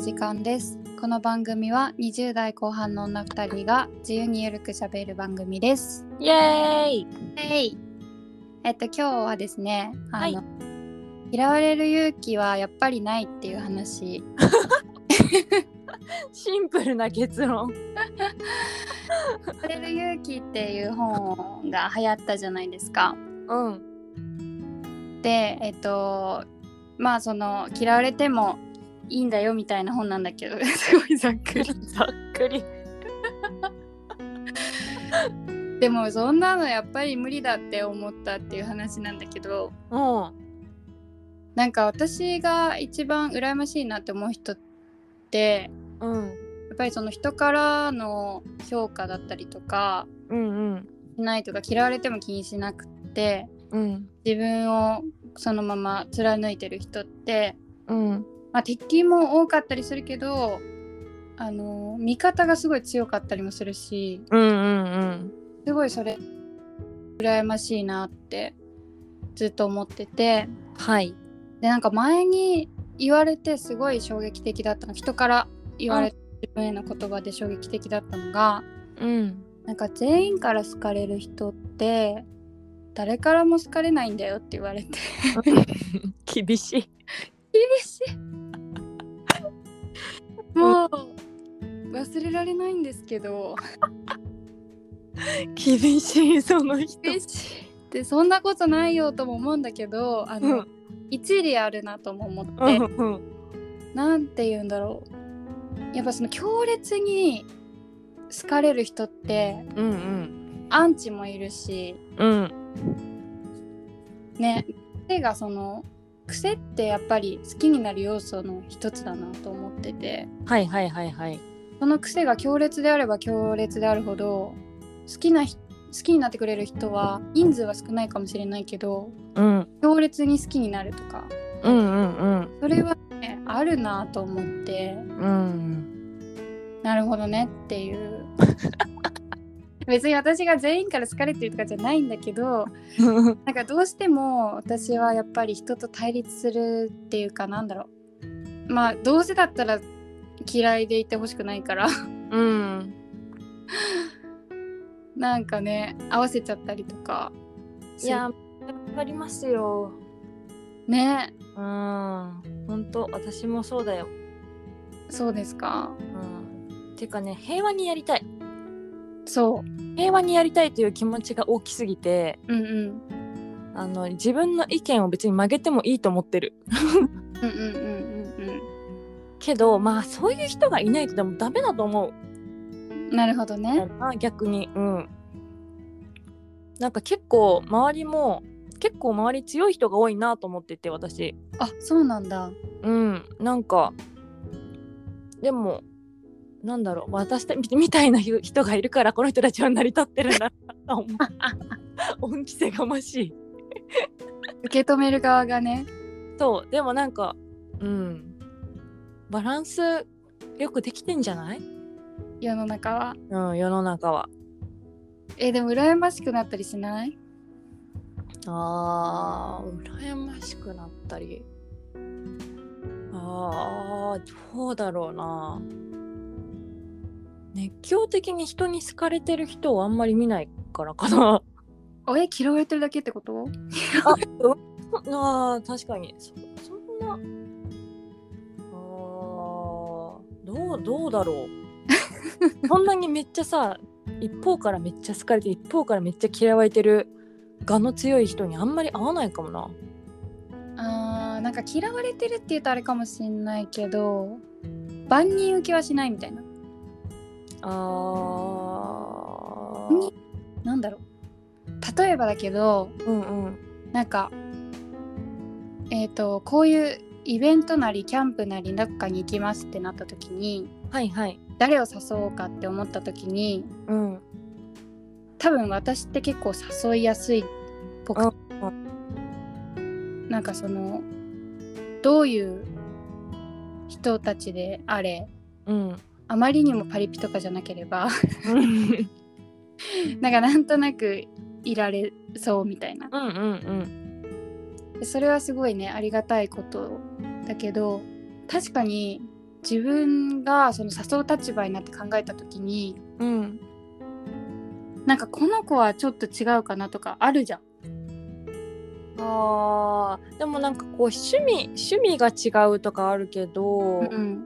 時間ですこの番組は20代後半の女2人が自由にゆるくしゃべる番組ですイエーイはいえっと今日はですねあの、は嫌われる勇気はやっぱりないっていう話シンプルな結「論嫌われる勇気」っていう本が流行ったじゃないですかうんでえっとまあその嫌われてもいいんだよみたいな本なんだけど すごいざっくりざっくりでもそんなのやっぱり無理だって思ったっていう話なんだけどうんなんか私が一番羨ましいなって思う人ってうんやっぱりその人からの評価だったりとかうんうんしないとか嫌われても気にしなくってうん自分をそのまま貫いてる人って、うんまあ、敵も多かったりするけどあの味方がすごい強かったりもするしうんうんすごいそれ羨ましいなってずっと思ってて。はいでなんか前に言われてすごい衝撃的だったの人から言われて自分への言葉で衝撃的だったのがうんなんか全員から好かれる人って誰からも好かれないんだよって言われて 厳しい厳しいもう忘れられないんですけど厳しいその人厳しいでそんなことないよとも思うんだけどあうの、ん一理あるなとも思って、うんうんなんて言うんだろうやっぱその強烈に好かれる人ってうんアンチもいるしうんね癖がその癖ってやっぱり好きになる要素の一つだなと思っててはいはいはいはいその癖が強烈であれば強烈であるほど好きなひ好きになってくれる人は人数は少ないかもしれないけどうん強烈に好きになるとかうんうんうんそれはねあるなと思ってうんなるほどねっていう別に私が全員から好かれてるとかじゃないんだけどなんかどうしても私はやっぱり人と対立するっていうかなんだろうまあどうせだったら嫌いでいてほしくないから うんなんかね合わせちゃったりとかいやわかりますよねうん本当私もそうだよそうですかうんていうかね平和にやりたいそ平和にやりたいという気持ちが大きすぎてううんうんあの自分の意見を別に曲げてもいいと思ってるうんうんうんうんけどまあそういう人がいないとでもダメだと思う、うんなるほどねあ逆にうんなんか結構周りも結構周り強い人が多いなと思ってて私あそうなんだうんなんかでもなんだろう私たみみたいな人人がいるからこの人たちは成り立ってるんだなと思う恩着せがましい受け止める側がねそうでもなんかうんバランスよくできてんじゃない、世の中はうん、世の中は。えでも羨ましくなったりしないあー羨ましくなったりあーどうだろうな熱狂的に人に好かれてる人をあんまり見ないからかなおえ嫌われてるだけってことあー確かにそそんなあーどうどうだろ うそんなにめっちゃさ一方からめっちゃ好かれて一方からめっちゃ嫌われてる我の強い人にあんまり合わないかもなあーなんか嫌われてるって言うとあれかもしんないけど万人受けはしないみたいなあーになんだろう例えばだけどうんうんなんかえっ、とこういうイベントなりキャンプなりどっかに行きますってなった時にはいはい誰を誘おうかって思った時にうんうん多分私って結構誘いやすいっぽくなんかそのどういう人たちであれ うんあまりにもパリピとかじゃなければ なんかなんとなくいられそうみたいなうんうんでそれはすごいねありがたいことだけど確かに自分がその誘う立場になって考えた時にうんなんかこの子はちょっと違うかなとかあるじゃん。あーでもなんかこう趣味趣味が違うとかあるけど、ん、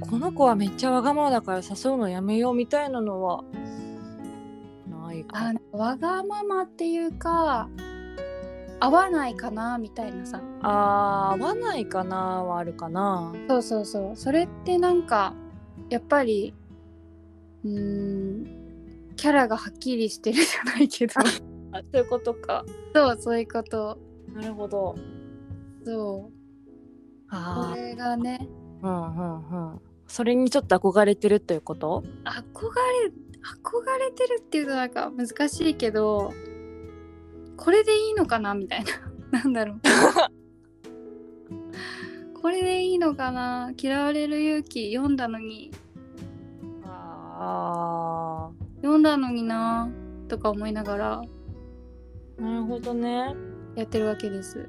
この子はめっちゃわがままだから誘うのやめようみたいなのはないあかなんかわがままっていうか合わないかなみたいなさあー合わないかなはあるかなそうそうそうそれってなんかやっぱりうーんキャラがはっきりしてるじゃないけどあそういうことかそうそういうことなるほどそうこあれがねあうんうんうんそれにちょっと憧れてるということ憧れ憧れてるっていうとなんか難しいけどこれでいいのかなみたいな なん だろうこれでいいのかな嫌われる勇気読んだのにあ読んだのになとか思いながらあなるほどねやってるわけです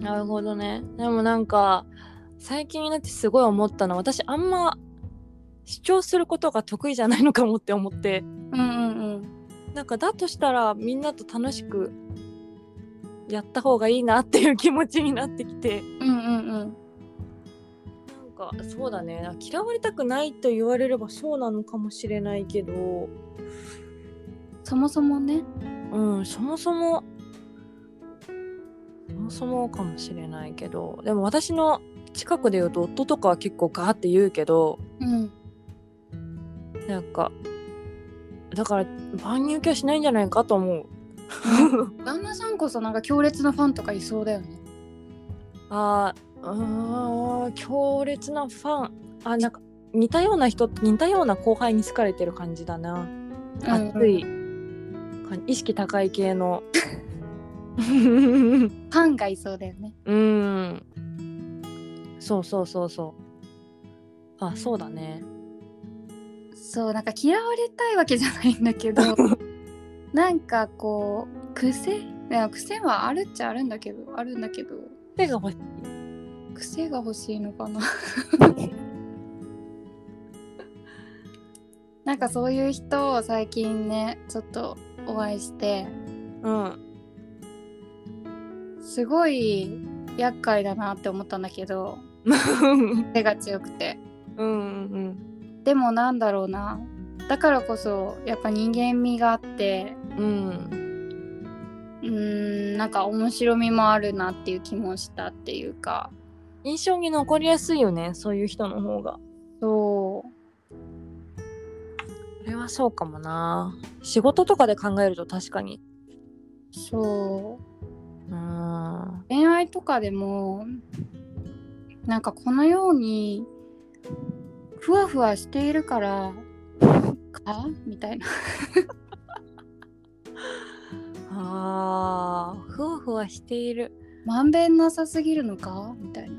なるほどねでもなんか最近になってすごい思ったのは私あんま主張することが得意じゃないのかもって思ってうんうんうんなんかだとしたらみんなと楽しくやった方がいいなっていう気持ちになってきてうんうんうんなんかそうだね嫌われたくないと言われればそうなのかもしれないけどそもそもねうんそもそもそもそもかもしれないけどでも私の近くで言うと夫とかは結構ガーって言うけどうんなんかだから万入居はしないんじゃないかと思う。旦那さんこそなんか強烈なファンとかいそうだよねあーうーん強烈なファンあなんか似たような人似たような後輩に好かれてる感じだな熱い、か意識高い系の うファンがいそうだよねーんそうそうそうそうあそうだねそうなんか嫌われたいわけじゃないんだけどなんかこう癖いや癖はあるっちゃあるんだけどあるんだけど手が欲しい癖が欲しいのかな なんかそういう人を最近ねちょっとお会いしてうん すごい厄介だなって思ったんだけど手が強くてうんうんでもなんだろうなだからこそやっぱ人間味があってうんうーんなんか面白みもあるなっていう気もしたっていうか印象に残りやすいよねそういう人の方がそうそれはそうかもな仕事とかで考えると確かにそううーん恋愛とかでもなんかこのようにふわふわしているからかみたいなあーふわふわしているまんべんなさすぎるのかみたいな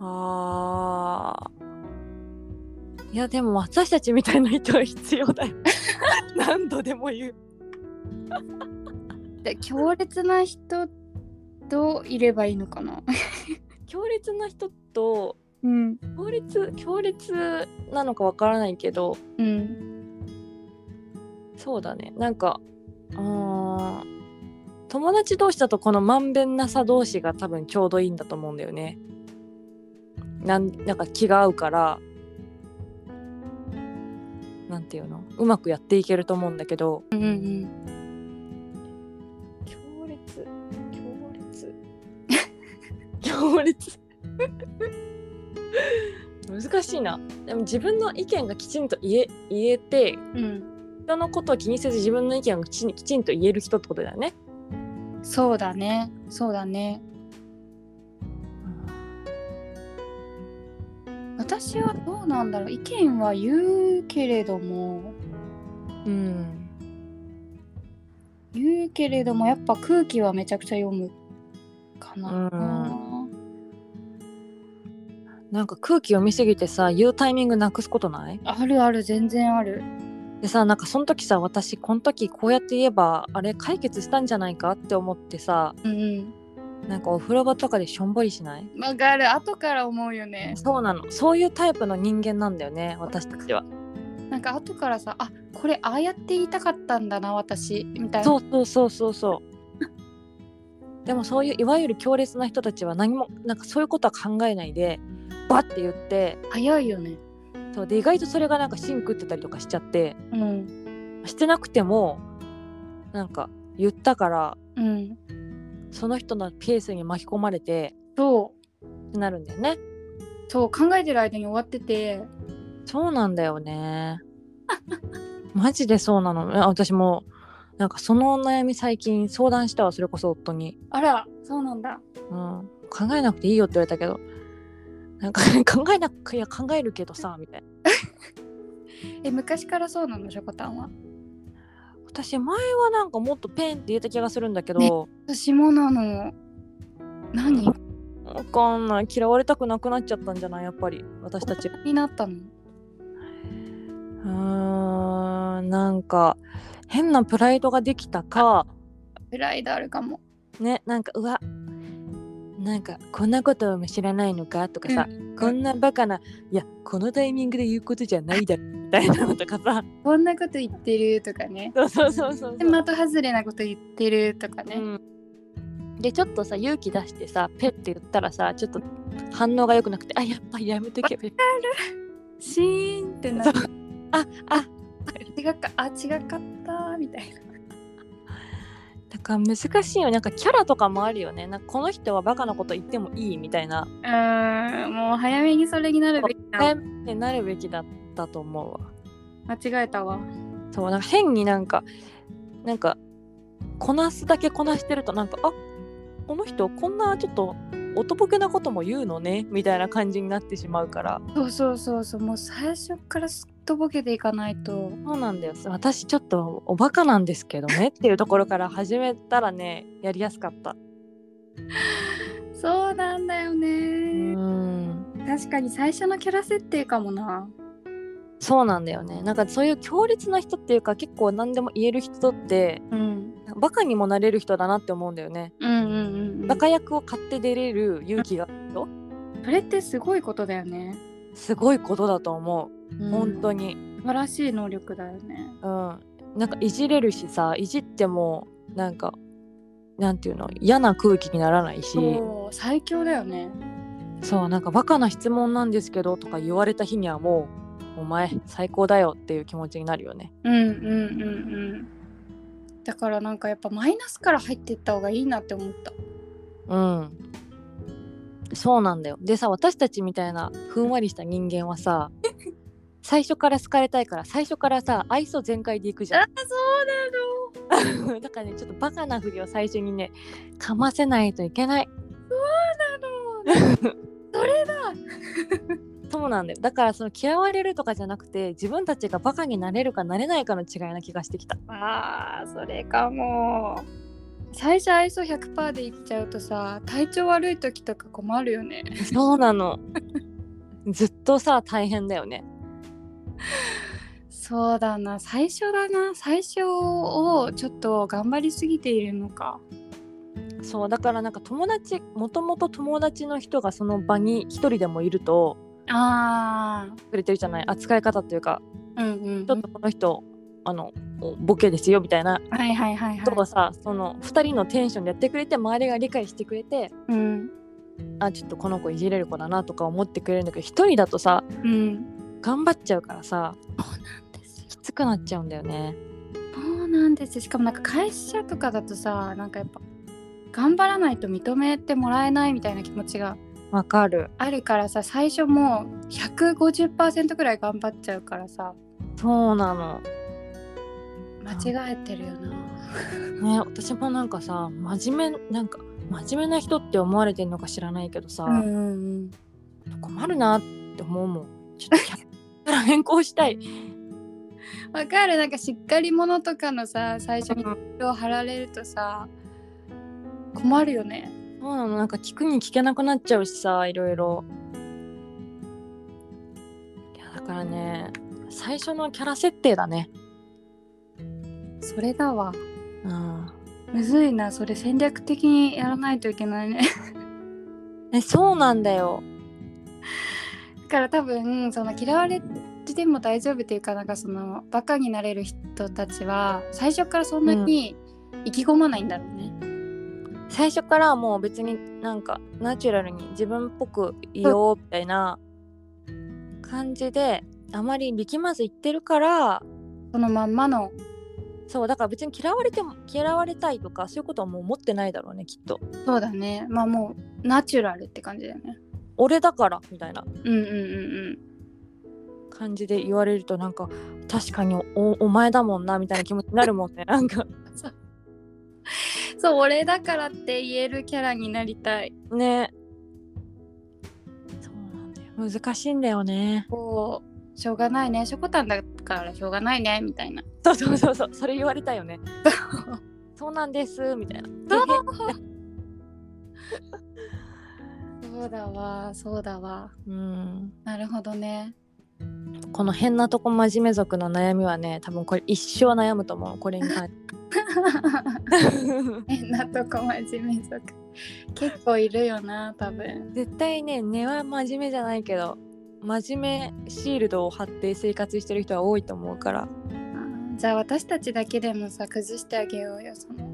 あーいやでも私たちみたいな人は必要だよ 何度でも言うで強烈な人といればいいのかな強烈な人とうん強烈強烈なのかわからないけどうんそうだねなんかうーん友達同士だとこのまんべんなさ同士が多分ちょうどいいんだと思うんだよねなんなんか気が合うからなんていうのうまくやっていけると思うんだけどうんうん強烈強烈 強烈難しいなでも自分の意見がきちんと言え言えてうん人のことを気にせず自分の意見をきちんきちんと言える人ってことだよねそうだねそうだね私はどうなんだろう意見は言うけれどもうん言うけれどもやっぱ空気はめちゃくちゃ読むかな、なんか空気読みすぎてさ言うタイミングなくすことないあるある全然あるでさなんかその時さ私この時こうやって言えばあれ解決したんじゃないかって思ってさうんなんかお風呂場とかでしょんぼりしないわかる後から思うよねそうなのそういうタイプの人間なんだよね私たちはなんか後からさあこれああやって言いたかったんだな私みたいなそうそうそうそうそうでもそう いういわゆる強烈な人たちは何もなんかそういうことは考えないでバッて言って早いよねそうで意外とそれがなんか芯食ってたりとかしちゃってうんしてなくてもなんか言ったからうんその人のペースに巻き込まれてそうってなるんだよねそう考えてる間に終わっててそうなんだよね マジでそうなのあ私もなんかその悩み最近相談したわそれこそ夫にあらそうなんだうん、考えなくていいよって言われたけどなんか 考えなくいや考えるけどさみたいなえ昔からそうなのしょこたんは私前はなんかもっとペンって言えた気がするんだけど私もなの何わかんない嫌われたくなくなっちゃったんじゃないやっぱり私たちうになったのーんなんか変なプライドができたかプライドあるかもねなんかうわなんかこんなことも知らないのかとかさ、こんなバカないやこのタイミングで言うことじゃないだろみたいなのとかさ こんなこと言ってるとかねそうそうそうそうそうで的外れなこと言ってるとかね、うん、でちょっとさ勇気出してさペッて言ったらさちょっと反応が良くなくてあやっぱりやめとけばいいシーンってなるああ違かあ違かったみたいなだから難しいよなんかキャラとかもあるよねなんかこの人はバカなこと言ってもいいみたいなうーんもう早めにそれになるべき早なめになるべきだったと思うわ間違えたわそうなんか変になんかなんかこなすだけこなしてるとなんかあこの人こんなちょっとおぼけなことも言うのねみたいな感じになってしまうからそうそうそうそうもう最初からすっとぼけていかないとそうなんだよ私ちょっとおバカなんですけど ねっていうところから始めたらねやりやすかったそうなんだようねん確かに最初のキャラ設定かもなそうなんだよねなんかそういう強烈な人っていうか結構何でも言える人ってうんバカにもなれる人だなって思うんだよねうんうんうんうんバカ役を買って出れる勇気がそれってすごいことだよね、すごいことだと思ううん本当に素晴らしい能力だよねうんなんかいじれるしさいじってもなんかなんていうの嫌な空気にならないしそう最強だよねそうなんかバカな質問なんですけどとか言われた日にはもうお前最高だよっていう気持ちになるよねうんうんうんうんだからなんかやっぱマイナスから入っていった方がいいなって思ったうんそうなんだよでさ私たちみたいなふんわりした人間はさ最初から好かれたいから最初からさ愛想全開でいくじゃんそう だからねちょっとバカなふりを最初にねかませないといけないなの そうなんだよだからその嫌われるとかじゃなくて自分たちがバカになれるかなれないかの違いな気がしてきたあーそれかも最初愛想100%でいっちゃうとさ体調悪い時とか困るよねそうなの ずっとさ大変だよねそうだな最初だな最初をちょっと頑張りすぎているのかそうだからなんか友達もともと友達の人がその場に一人でもいるとあくれてるじゃない扱い方というかーうんうん、うん、ちょっとこの人あのおボケですよみたいなはいはいはいはといかさその2人のテンションでやってくれて周りが理解してくれてうんあちょっとこの子いじれる子だなとか思ってくれるんだけど一人だとさうん頑張っちゃうからさそうなんですよきつくなっちゃうんだよね。そうなんですよしかもなんか会社とかだとさなんかやっぱ頑張らないと認めてもらえないみたいな気持ちがわかるあるからさ最初もう150%くらい頑張っちゃうからさそうなの間違えてるよなね私もなんかさ真面目なんか真面目な人って思われてんのか知らないけどさ、うんうんうん困るなって思うもんちょっとキャラ変更したいわかるなんかしっかり者とかのさ最初に手を張られるとさ困るよねそうなのなんか聞くに聞けなくなっちゃうしさいろいろいやだからね最初のキャラ設定だねそれだわうんむずいなそれ戦略的にやらないといけないねえそうなんだよだから多分その嫌われても大丈夫っていうかなんかそのバカになれる人たちは最初からそんなに意気込まないんだろうね、最初からもう別になんかナチュラルに自分っぽくいようみたいな感じであまり力まず言ってるからそのまんまのそうだから別に嫌われても嫌われたいとかそういうことはもう思ってないだろうねきっとそうだねまあもうナチュラルって感じだよね俺だからみたいなうんうんうん感じで言われるとなんか確かにおお前だもんなみたいな気持ちになるもんね なんかうんそう俺だからって言えるキャラになりたいねそうなんだよ難しいんだよねこうしょうがないねしょこたんだからしょうがないねみたいなそうそうそうそうそれ言われたよねそうなんですみたいなそうだわそうだわうんなるほどねこの変なとこ真面目族の悩みはね多分これ一生悩むと思うこれに関して 変なとこ真面目族結構いるよな多分絶対ね根は真面目じゃないけど真面目シールドを貼って生活してる人は多いと思うからあーじゃあ私たちだけでもさ崩してあげようよその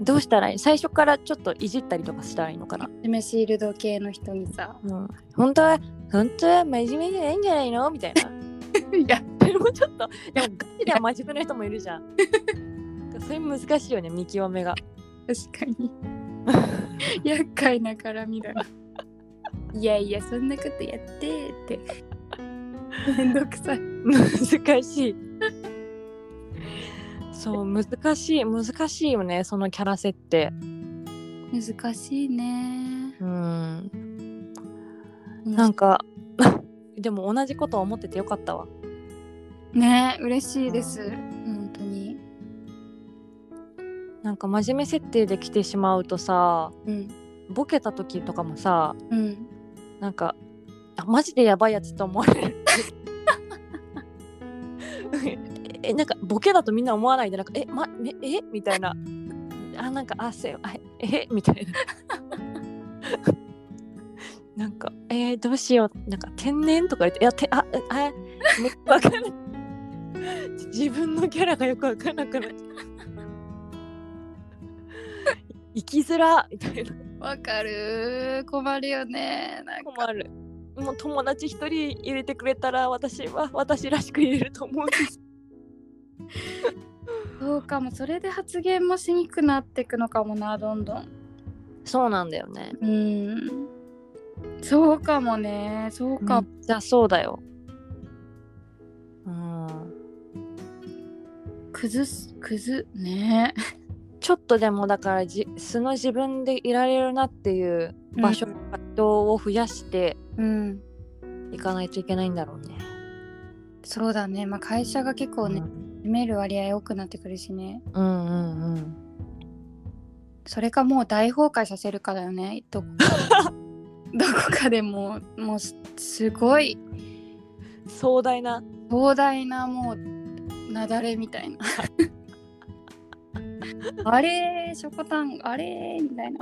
どうしたらいい最初からちょっといじったりとかしたらいいのかな、真面目シールド系の人にさうん、本当は本当は真面目じゃないんじゃないのみたいな いやでもちょっとでもガチでは真面目な人もいるじゃん それ難しいよね見極めが 確かに 厄介な絡みだないやいやそんなことやって ってめんどくさい難しいそう難しい難しいよねそのキャラ設定難しいねうんななんか でも同じこと思っててよかったわね嬉しいです本当になんか真面目設定で来てしまうとさうんボケた時とかもさうんなんかあマジでやばいやつと思われる えなんかボケだとみんな思わないでなんかえ,、ま、めえみたいなあなんかあせあえみたいななん かえーどうしようなんか天然とか言っていやてあえあめっわかんない自分のキャラがよくわかんなくなっちゃう生きづらみたいなわかる困るよねなんか困るもう友達一人入れてくれたら私は私らしく言えると思うんですそうかもそれで発言もしにくくなっていくのかもなどんどん そうなんだよねうんそうかもねそうかも、じゃあそうだようん崩す崩ねちょっとでもだからじ素の自分でいられるなっていう場所、人を増やしてうんいかないといけないんだろうねそうだね、まあ、会社が結構ね、占める割合多くなってくるしねうんうんうんそれかもう大崩壊させるかだよねどこ どこかでもうもうすすごい壮大な膨大なもう雪崩みた いなあれーしょこたんあれーみたいな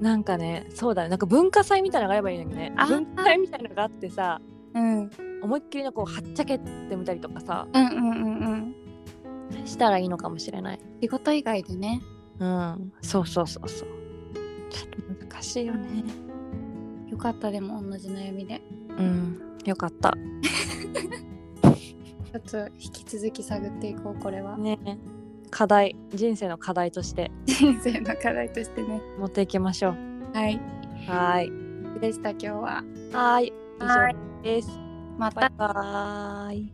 なんかねそうだねなんか文化祭みたいなのがあればいいのにねあー文化祭みたいなのがあってさうんうん思いっきりのこうはっちゃけてみたりとかさうんうんうんしたらいいのかもしれない仕事以外でねうん、そうそうそうそう。ちょっと難しいよね。よかったでも同じ悩みでうん、よかった。ちょっと引き続き探っていこうこれは ね、課題、人生の課題として人生の課題としてね持っていきましょう。はいはーい。でした今日ははーい。以は上です。まバたイバーイ。